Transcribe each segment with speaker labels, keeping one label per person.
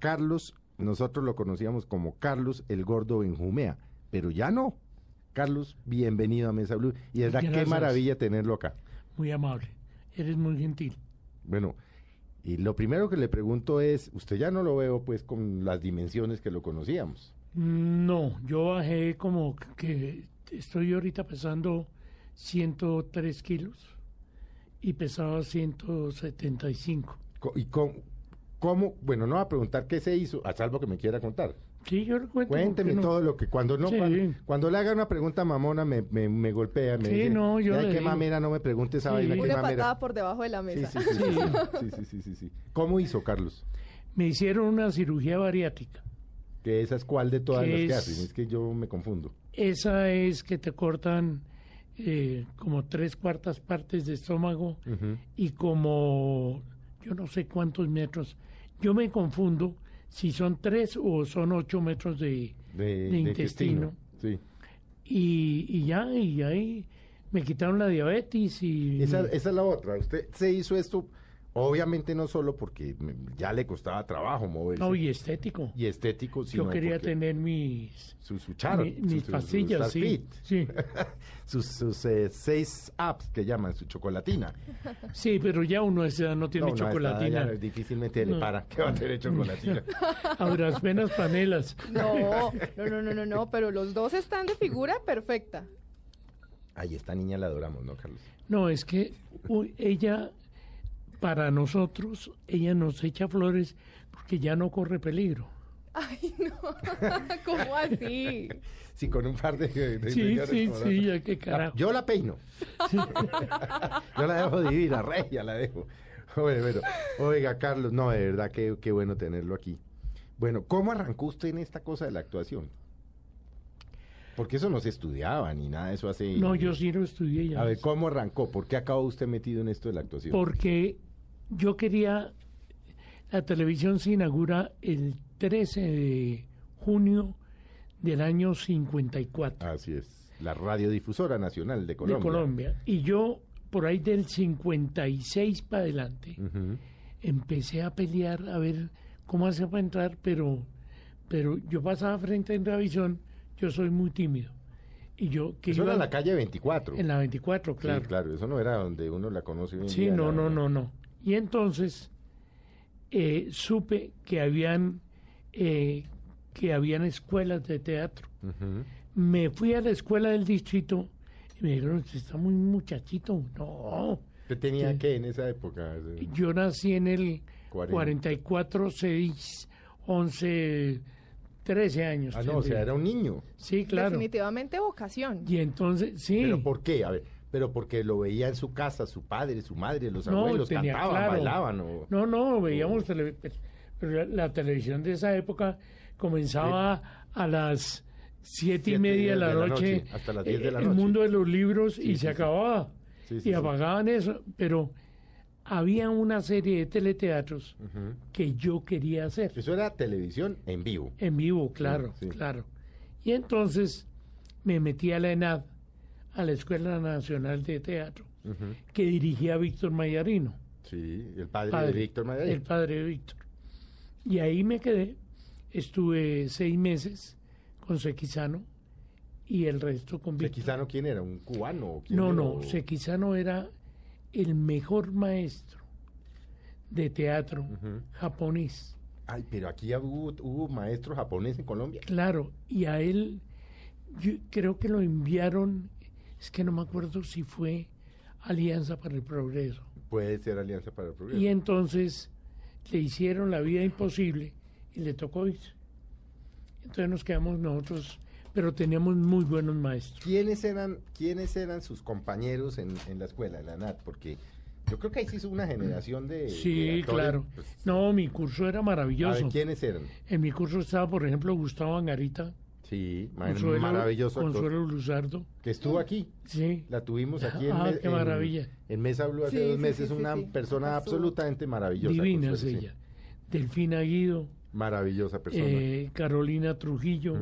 Speaker 1: Carlos, nosotros lo conocíamos como Carlos el Gordo Benjumea, pero ya no. Carlos, bienvenido a Mesa Blue. Y es qué
Speaker 2: Gracias.
Speaker 1: maravilla tenerlo acá.
Speaker 2: Muy amable. Eres muy gentil.
Speaker 1: Bueno, y lo primero que le pregunto es, usted ya no lo veo pues con las dimensiones que lo conocíamos.
Speaker 2: No, yo bajé como que estoy ahorita pesando 103 kilos y pesaba 175.
Speaker 1: Co- ¿Y con, cómo? Bueno, no va a preguntar qué se hizo, a salvo que me quiera contar.
Speaker 2: Sí, yo lo cuento. ¿por qué
Speaker 1: Cuénteme
Speaker 2: no?
Speaker 1: todo lo que cuando no
Speaker 2: Sí.
Speaker 1: cuando, cuando le haga una pregunta mamona me, me, me golpea, me
Speaker 2: Sí,
Speaker 1: dice,
Speaker 2: no, yo
Speaker 1: "Ay,
Speaker 2: le
Speaker 1: qué
Speaker 2: digo".
Speaker 1: mamera, no me pregunte esa
Speaker 2: Sí.
Speaker 1: vaina, qué
Speaker 2: Una
Speaker 3: Una
Speaker 1: mamera.
Speaker 3: patada por debajo de la
Speaker 1: Sí,
Speaker 3: mesa.
Speaker 1: sí, sí, sí, sí, sí, sí, sí, sí. ¿Cómo hizo Carlos?
Speaker 2: Me hicieron una cirugía bariátrica.
Speaker 1: Que esa es cuál de todas
Speaker 2: Que
Speaker 1: las que
Speaker 2: es-
Speaker 1: hacen, es que yo me confundo.
Speaker 2: Esa es que te cortan eh, como tres cuartas partes de estómago y como yo no sé cuántos metros. Yo me confundo si son tres o son ocho metros de,
Speaker 1: De,
Speaker 2: de
Speaker 1: de
Speaker 2: intestino.
Speaker 1: Sí.
Speaker 2: Y, y ya, y ahí me quitaron la diabetes y...
Speaker 1: Esa, esa es la otra. Usted se hizo esto, obviamente no solo porque mm, ya le costaba trabajo moverse
Speaker 2: no, y estético.
Speaker 1: y estético, sino
Speaker 2: yo quería
Speaker 1: porque
Speaker 2: tener mis...
Speaker 1: su, su charo,
Speaker 2: mi-
Speaker 1: su-
Speaker 2: mis
Speaker 1: su- su
Speaker 2: pastillas,
Speaker 1: Star
Speaker 2: sí.
Speaker 1: Fit,
Speaker 2: Sí.
Speaker 1: sus, sus, eh, seis apps que llaman su chocolatina.
Speaker 2: Sí, pero ya uno a esa edad no tiene
Speaker 1: No, no, esta
Speaker 2: chocolatina.
Speaker 1: ya difícilmente le para que va a tener chocolatina.
Speaker 2: Ahora apenas panelas.
Speaker 3: No, no, no, no, no, no, pero los dos están de figura perfecta.
Speaker 1: Ay, esta niña la adoramos, ¿no, Carlos?
Speaker 2: No, es que uy, ella, para nosotros, ella nos echa flores porque ya no corre peligro.
Speaker 3: Ay, no, ¿cómo así?
Speaker 1: Sí, con un par de... de
Speaker 2: Sí,
Speaker 1: señores
Speaker 2: sí,
Speaker 1: como
Speaker 2: sí,
Speaker 1: nosotros.
Speaker 2: ya qué carajo.
Speaker 1: Yo la peino. Yo la dejo divina, regia la dejo. Oye, bueno, oiga, Carlos, no, de verdad, qué, qué bueno tenerlo aquí. Bueno, ¿cómo arrancó usted en esta cosa de la actuación? Porque eso no se estudiaba ni nada, eso hace...
Speaker 2: No, yo sí lo estudié ya.
Speaker 1: A ver, ¿cómo arrancó? ¿Por qué acabó usted metido en esto de la actuación?
Speaker 2: Porque yo quería, la televisión se inaugura el 13 de junio del año 54
Speaker 1: Así es, la Radiodifusora Nacional Ah, de Colombia.
Speaker 2: de Colombia. Y yo, por ahí del 56 para adelante,
Speaker 1: Ujú.
Speaker 2: empecé a pelear a ver cómo hacía para entrar, pero, pero yo pasaba frente a Intravisión, yo soy muy tímido. Y yo que
Speaker 1: Eso
Speaker 2: iba
Speaker 1: era la calle 24.
Speaker 2: en la 24,
Speaker 1: Sí,
Speaker 2: claro. Sí,
Speaker 1: claro, eso no era donde uno la conoce bien.
Speaker 2: no, no, no, no. Y entonces eh, supe que habían eh, que habían escuelas de teatro. Me fui a la escuela del distrito y me dijeron, "Usted está muy muchachito. No,
Speaker 1: ¿Qué tenía
Speaker 2: Sí.
Speaker 1: que en esa época?
Speaker 2: Yo nací en el
Speaker 1: Cuarenta.
Speaker 2: 44, 6, 11, 13 años.
Speaker 1: Ah, no, o sea,
Speaker 2: tendría.
Speaker 1: era un niño.
Speaker 2: Sí, claro.
Speaker 3: Definitivamente vocación.
Speaker 2: Y entonces, sí.
Speaker 1: ¿Pero por qué? A ver, pero porque lo veía en su casa, su padre, su madre, los
Speaker 2: no,
Speaker 1: abuelos
Speaker 2: tenía
Speaker 1: cantaban,
Speaker 2: claro.
Speaker 1: bailaban. O...
Speaker 2: No, no, veíamos tele- pues, pero la, la televisión de esa época comenzaba a las siete y
Speaker 1: Siete
Speaker 2: media de la, noche, eh,
Speaker 1: hasta las diez de la
Speaker 2: el
Speaker 1: noche.
Speaker 2: mundo de los libros y
Speaker 1: Sí,
Speaker 2: se
Speaker 1: sí, sí.
Speaker 2: acababa.
Speaker 1: Sí, sí,
Speaker 2: y
Speaker 1: sí.
Speaker 2: apagaban eso, pero había una serie de teleteatros
Speaker 1: Ujú.
Speaker 2: que yo quería hacer.
Speaker 1: Eso era televisión en vivo.
Speaker 2: En vivo, claro,
Speaker 1: sí.
Speaker 2: claro. Y entonces me metí a la ENAD, a la Escuela Nacional de Teatro, que dirigía Víctor Mayarino,
Speaker 1: Sí, el padre,
Speaker 2: padre-
Speaker 1: de Víctor Madrid.
Speaker 2: el padre de Víctor. Y ahí me quedé, estuve seis meses con Sequizano y el resto con Víctor.
Speaker 1: Sequizano, ¿quién era? ¿Un cubano? o quién
Speaker 2: No,
Speaker 1: era?
Speaker 2: no,
Speaker 1: O-
Speaker 2: Sequizano era el mejor maestro de teatro japonés.
Speaker 1: Ay, pero aquí hubo, hubo maestro japonés en Colombia.
Speaker 2: Claro, y a él yo creo que lo enviaron, es que no me acuerdo si fue Alianza para el Progreso.
Speaker 1: Puede ser Alianza para el Progreso.
Speaker 2: Y entonces le hicieron la vida imposible y le tocó ir. Entonces nos quedamos nosotros, pero teníamos muy buenos maestros.
Speaker 1: ¿Quiénes eran, quiénes eran sus compañeros en, en la escuela, en la NAT? Porque Yo creo que ahí sí hizo una generación de. de
Speaker 2: Sí,
Speaker 1: actores,
Speaker 2: claro.
Speaker 1: pues,
Speaker 2: No, mi curso era
Speaker 1: a ver,
Speaker 2: maravilloso.
Speaker 1: ¿quiénes eran?
Speaker 2: En mi curso estaba, por ejemplo, Gustavo Angarita,
Speaker 1: Sí, ma-
Speaker 2: Consuelo,
Speaker 1: Ah, maravilloso actor,
Speaker 2: Consuelo Luzardo.
Speaker 1: Que estuvo aquí.
Speaker 2: Sí,
Speaker 1: La tuvimos aquí en,
Speaker 2: Ah,
Speaker 1: me-
Speaker 2: qué
Speaker 1: en-
Speaker 2: maravilla.
Speaker 1: en Mesa Blue hace
Speaker 3: Sí,
Speaker 1: dos
Speaker 3: sí,
Speaker 1: meses.
Speaker 3: sí, sí,
Speaker 1: una
Speaker 3: sí.
Speaker 1: persona
Speaker 3: Estuvo.
Speaker 1: absolutamente maravillosa.
Speaker 2: divina es
Speaker 1: Consuelo, sí.
Speaker 2: ella. Delfina Guido,
Speaker 1: Maravillosa persona.
Speaker 2: eh, Carolina Trujillo,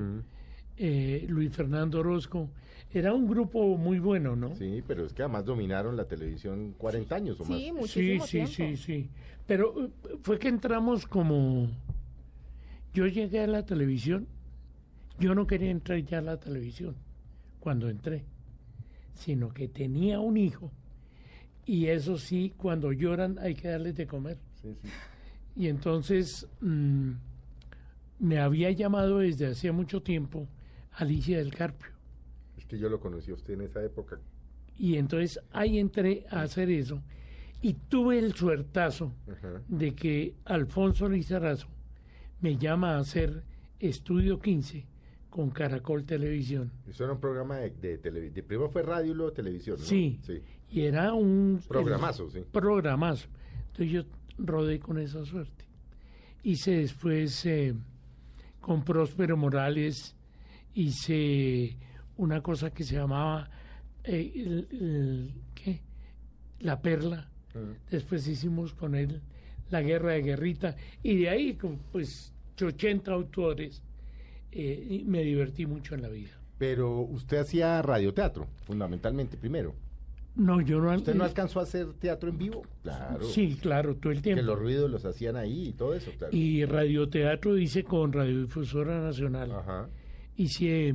Speaker 2: eh, Luis Fernando Orozco. Era un grupo muy bueno, ¿no?
Speaker 1: Sí, pero es que además dominaron la televisión 40 años o más.
Speaker 3: Sí,
Speaker 2: Sí,
Speaker 3: muchísimo
Speaker 2: sí, sí,
Speaker 3: tiempo.
Speaker 2: sí. Pero eh, fue que entramos como... Yo llegué a la televisión, yo no quería entrar ya a la televisión cuando entré, sino que tenía un hijo y eso sí, cuando lloran hay que darles de comer.
Speaker 1: Sí, sí.
Speaker 2: Y entonces mm, me había llamado desde hacía mucho tiempo Alicia del Carpio.
Speaker 1: Es que yo lo conocí a usted en esa época.
Speaker 2: Y entonces ahí entré a hacer eso y tuve el suertazo
Speaker 1: Ajá.
Speaker 2: de que Alfonso Lizarazo me llama a hacer Estudio 15 con Caracol Televisión.
Speaker 1: Eso era un programa de, de, televi- de- Primero fue radio y luego televisión. ¿no?
Speaker 2: Sí, y era un...
Speaker 1: Programazo, sí.
Speaker 2: Programazo. Entonces yo rodé con esa suerte. Hice después eh, con Próspero Morales, hice una cosa que se llamaba... eh, el- el- ¿Qué? La Perla. Después hicimos con él La Guerra de Guerrita. Y de ahí, con, pues, 80 autores. eh, y me divertí mucho en la vida.
Speaker 1: Pero usted hacía radioteatro, fundamentalmente, primero.
Speaker 2: No, yo no... eh,
Speaker 1: ¿Usted no alcanzó a hacer teatro en vivo? Claro.
Speaker 2: Sí, claro, todo el tiempo.
Speaker 1: Que los ruidos los hacían ahí y todo eso, claro.
Speaker 2: Y radioteatro hice con Radiodifusora Nacional.
Speaker 1: Ajá.
Speaker 2: Hice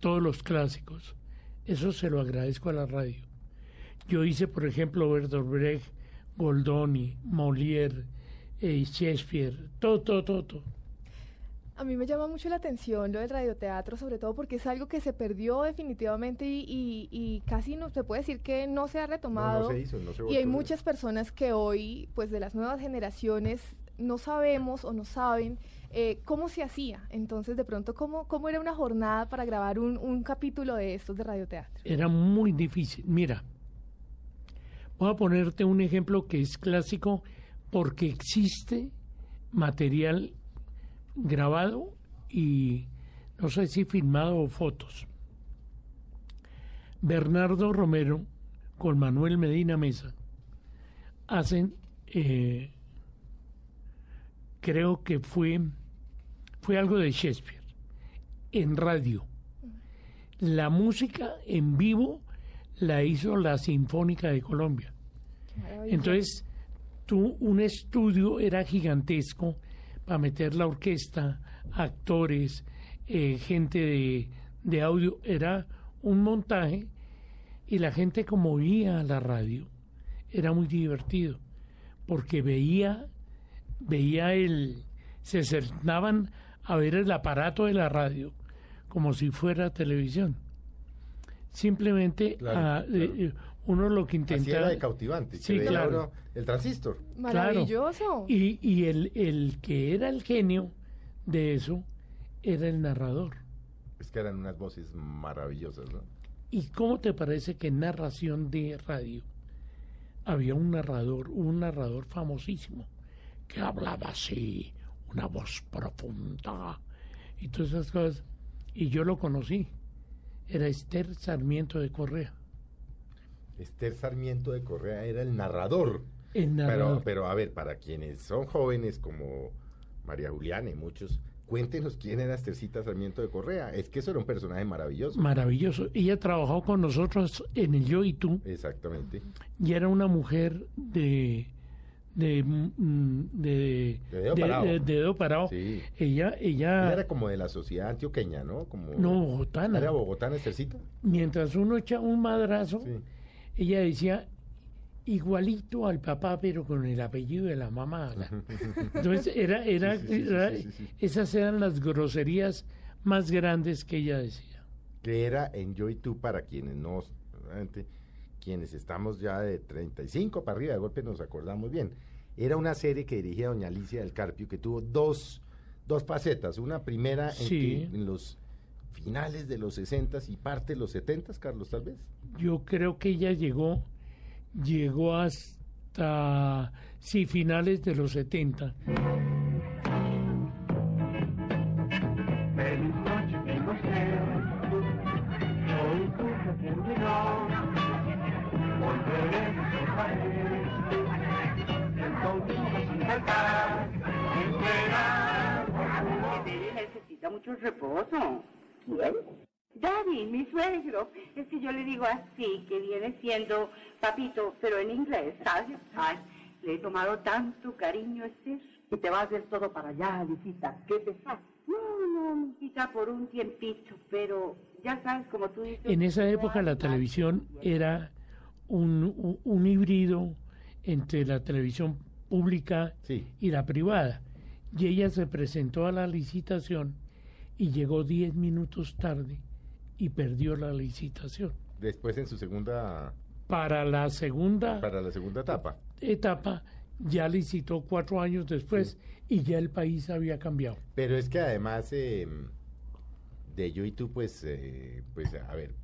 Speaker 2: todos los clásicos. Eso se lo agradezco a la radio. Yo hice, por ejemplo, Werther Brecht, Goldoni, Molière, eh, Shakespeare, todo, todo, todo, todo.
Speaker 3: A mí me llama mucho la atención lo del radioteatro, sobre todo porque es algo que se perdió definitivamente y, y- y casi no se puede decir que no se ha
Speaker 1: No,
Speaker 3: retomado.
Speaker 1: no se hizo, no se
Speaker 3: Y hay
Speaker 1: volvió.
Speaker 3: muchas personas que hoy, pues de las nuevas generaciones, no sabemos o no saben eh, cómo se hacía. Entonces, de pronto, ¿cómo, cómo era una jornada para grabar un, un capítulo de estos de radioteatro?
Speaker 2: Era muy difícil. Mira, voy a ponerte un ejemplo que es clásico porque existe material grabado y no sé si filmado o fotos. Bernardo Romero con Manuel Medina Mesa hacen, eh, creo que fue, fue algo de Shakespeare, en radio. La música en vivo la hizo la Sinfónica de Colombia. Entonces, tú, un estudio era gigantesco para meter la orquesta, actores, eh, gente de, de audio. Era un montaje y la gente como oía la radio era muy divertido porque veía, veía el, se sentaban a ver el aparato de la radio como si fuera televisión. Simplemente
Speaker 1: Claro,
Speaker 2: ah,
Speaker 1: claro.
Speaker 2: eh, uno lo que
Speaker 1: Así
Speaker 2: intentaba...
Speaker 1: era de cautivante. que
Speaker 2: Sí,
Speaker 1: veía
Speaker 2: claro.
Speaker 1: uno el transistor.
Speaker 3: Maravilloso.
Speaker 2: Y, y el, el que era el genio de eso era el narrador.
Speaker 1: Es que eran unas voces maravillosas, ¿no?
Speaker 2: ¿Y cómo te parece que en narración de radio había un narrador, un narrador famosísimo, que hablaba así, una voz profunda y todas esas cosas? Y yo lo conocí. Era Esther Sarmiento de Correa.
Speaker 1: Esther Sarmiento de Correa era el narrador.
Speaker 2: El narrador.
Speaker 1: Pero, pero a ver, para quienes son jóvenes como María Juliana y muchos, cuéntenos quién era Esthercita Sarmiento de Correa. Es que eso era un personaje maravilloso.
Speaker 2: Maravilloso. Ella trabajó con nosotros en el Yo y Tú.
Speaker 1: Exactamente.
Speaker 2: y era una mujer de de mm, de,
Speaker 1: De dedo parado.
Speaker 2: de- de dedo parado.
Speaker 1: Sí. Ella
Speaker 2: ella ella
Speaker 1: era como de la sociedad antioqueña, ¿no? Como,
Speaker 2: Ah. no bogotana
Speaker 1: Era bogotana Esthercita.
Speaker 2: mientras uno echa un madrazo
Speaker 1: Sí.
Speaker 2: ella decía igualito al papá pero con el apellido de la mamá entonces era era,
Speaker 1: Sí, sí, sí,
Speaker 2: era-
Speaker 1: sí, sí, sí.
Speaker 2: esas eran las groserías más grandes que ella decía
Speaker 1: que era en Yo y Tú para quienes no, realmente, quienes estamos ya de 35 para arriba, de golpe nos acordamos bien. Era una serie que dirigía doña Alicia del Carpio que tuvo dos, dos facetas. Una primera en,
Speaker 2: Sí.
Speaker 1: que en los finales de los 60 y parte de los 70, Carlos, tal vez.
Speaker 2: yo creo que ella llegó llegó hasta hasta sí, finales de los 70.
Speaker 4: necesita mucho reposo. Daddy, mi suegro. Es que yo le digo así, que viene siendo papito, pero en inglés, ¿sabes? Ay, le he tomado tanto cariño a este que te va a hacer todo para allá, Lucita. ¿Qué te pasa? No, no, mijita, por un tiempito, pero ya sabes, como tú dices...
Speaker 2: En esa época la
Speaker 4: Ay,
Speaker 2: televisión era un, un- un híbrido entre la televisión pública
Speaker 1: Sí.
Speaker 2: y la privada. Y ella se presentó a la licitación y llegó 10 minutos tarde y perdió la licitación.
Speaker 1: Después en su segunda,
Speaker 2: Para la segunda
Speaker 1: para la segunda etapa.
Speaker 2: etapa ya licitó cuatro años después y ya el país había cambiado.
Speaker 1: Pero es que además eh, de yo y tú, pues, eh, pues, a ver,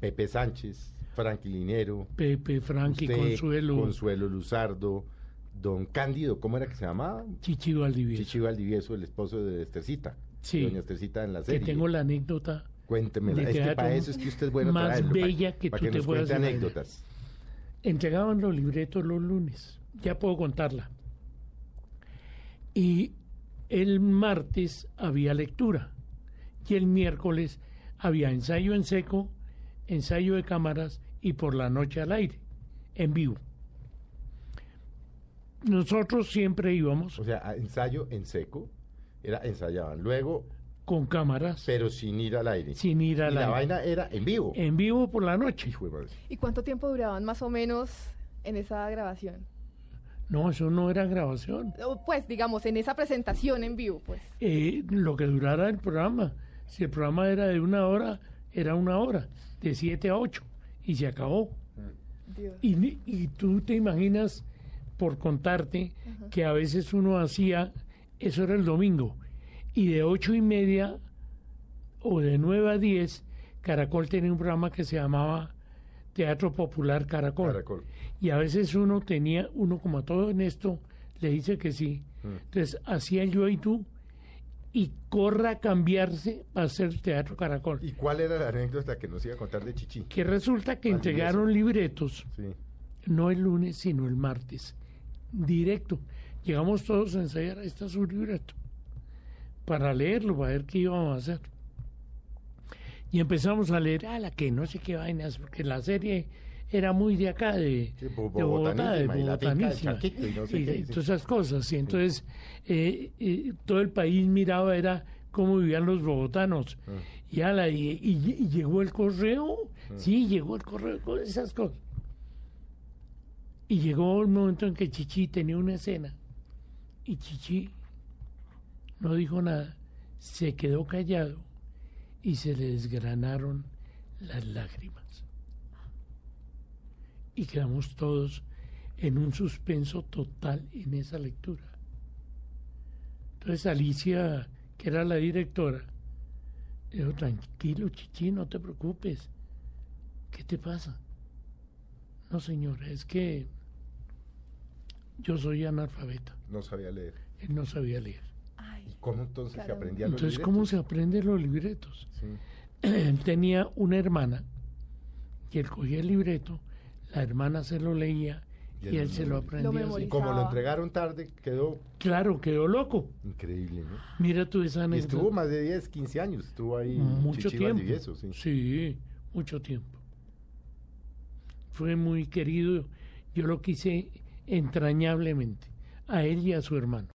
Speaker 1: Pepe Sánchez, Franquilinero,
Speaker 2: Pepe, Frankie,
Speaker 1: usted,
Speaker 2: Consuelo,
Speaker 1: Este, Consuelo Luzardo, Don Cándido, ¿cómo era que se llamaba?
Speaker 2: Chichi Valdivieso.
Speaker 1: Chichi Valdivieso, el esposo de Estercita.
Speaker 2: Sí.
Speaker 1: Doña Estercita en la
Speaker 2: que
Speaker 1: serie.
Speaker 2: tengo la anécdota
Speaker 1: Cuénteme,
Speaker 2: de
Speaker 1: es que
Speaker 2: teatro
Speaker 1: para eso es que usted es bueno
Speaker 2: más
Speaker 1: traerlo, para-
Speaker 2: bella que
Speaker 1: para
Speaker 2: tú
Speaker 1: que
Speaker 2: te
Speaker 1: nos
Speaker 2: puedas
Speaker 1: cuente
Speaker 2: imaginar.
Speaker 1: anécdotas.
Speaker 2: entregaban los libretos los lunes. Ya puedo contarla. Y el martes había lectura. Y el miércoles había ensayo en seco, ensayo de cámaras y por la noche al aire, en vivo. Nosotros siempre íbamos
Speaker 1: O sea, a- ensayo en seco, era ensayaban. Luego,
Speaker 2: con cámaras
Speaker 1: pero sin ir al aire.
Speaker 2: sin ir
Speaker 1: y
Speaker 2: al
Speaker 1: la
Speaker 2: aire.
Speaker 1: vaina era en vivo.
Speaker 2: En vivo por la noche.
Speaker 1: Hijo de madre.
Speaker 3: ¿Y cuánto tiempo duraban más o menos en esa grabación?
Speaker 2: No, eso no era grabación.
Speaker 3: O, Pues digamos, en esa presentación en vivo, pues.
Speaker 2: eh, lo que durara el programa. Si el programa era de una hora, era una hora, de 7 a 8, y se acabó.
Speaker 3: Dios.
Speaker 2: Y, ni- y tú te imaginas, por contarte, que a veces uno hacía, eso era el domingo, y de 8 y media o de 9 a 10, Caracol tenía un programa que se llamaba Teatro Popular Caracol.
Speaker 1: Caracol.
Speaker 2: Y a veces uno tenía, uno como a todo en esto, le dice que sí. Entonces hacía el yo y tú y corra a cambiarse para hacer Teatro Caracol.
Speaker 1: ¿Y cuál era la anécdota que nos iba a contar de Chichi?
Speaker 2: Que resulta que
Speaker 1: Al
Speaker 2: entregaron libretos,
Speaker 1: Sí.
Speaker 2: no el lunes, sino el martes, directo. Llegamos todos a ensayar, esta es un libreto, para leerlo, para ver qué íbamos a hacer. Y empezamos a leer, a la que no sé qué vainas, porque la serie era muy de acá, de,
Speaker 1: Sí,
Speaker 2: de
Speaker 1: bo-
Speaker 2: Bogotá,
Speaker 1: bogotanísima, y la
Speaker 2: de
Speaker 1: finca de
Speaker 2: bogotanísima.
Speaker 1: Chaquito y no sé
Speaker 2: y
Speaker 1: qué,
Speaker 2: de
Speaker 1: sí.
Speaker 2: todas esas cosas. Y entonces eh, eh, todo el país miraba, era cómo vivían los bogotanos.
Speaker 1: Ah.
Speaker 2: Y, a la, y, y- y llegó el correo,
Speaker 1: Ah.
Speaker 2: sí, llegó el correo, con esas cosas. Y llegó el momento en que Chichi tenía una escena. Y Chichi no dijo nada, se quedó callado y se le desgranaron las lágrimas. Y quedamos todos en un suspenso total en esa lectura. Entonces Alicia, que era la directora, dijo, tranquilo, Chichi, no te preocupes. ¿Qué te pasa? No, señora, es que yo soy analfabeta.
Speaker 1: No sabía leer.
Speaker 2: Él no sabía leer.
Speaker 1: ¿Y cómo entonces se
Speaker 3: Caramba.
Speaker 1: aprendía los
Speaker 2: Entonces, ¿cómo se aprende los libretos?
Speaker 1: Sí.
Speaker 2: él tenía una hermana y él cogía el libreto, la hermana se lo leía
Speaker 1: Y él
Speaker 2: y, él
Speaker 1: lo
Speaker 2: se lo
Speaker 1: memorizaba.
Speaker 2: aprendía.
Speaker 3: Lo
Speaker 2: así.
Speaker 3: memorizaba.
Speaker 1: Como lo entregaron tarde, quedó
Speaker 2: Claro, quedó loco.
Speaker 1: increíble, ¿no?
Speaker 2: Mira tú esa
Speaker 1: Y
Speaker 2: anécdota.
Speaker 1: estuvo más de 10, 15 años. Estuvo ahí
Speaker 2: mucho
Speaker 1: Chichi
Speaker 2: tiempo.
Speaker 1: Valdivieso, sí.
Speaker 2: Sí, mucho tiempo. Fue muy querido. Yo lo quise entrañablemente a él y a su hermano.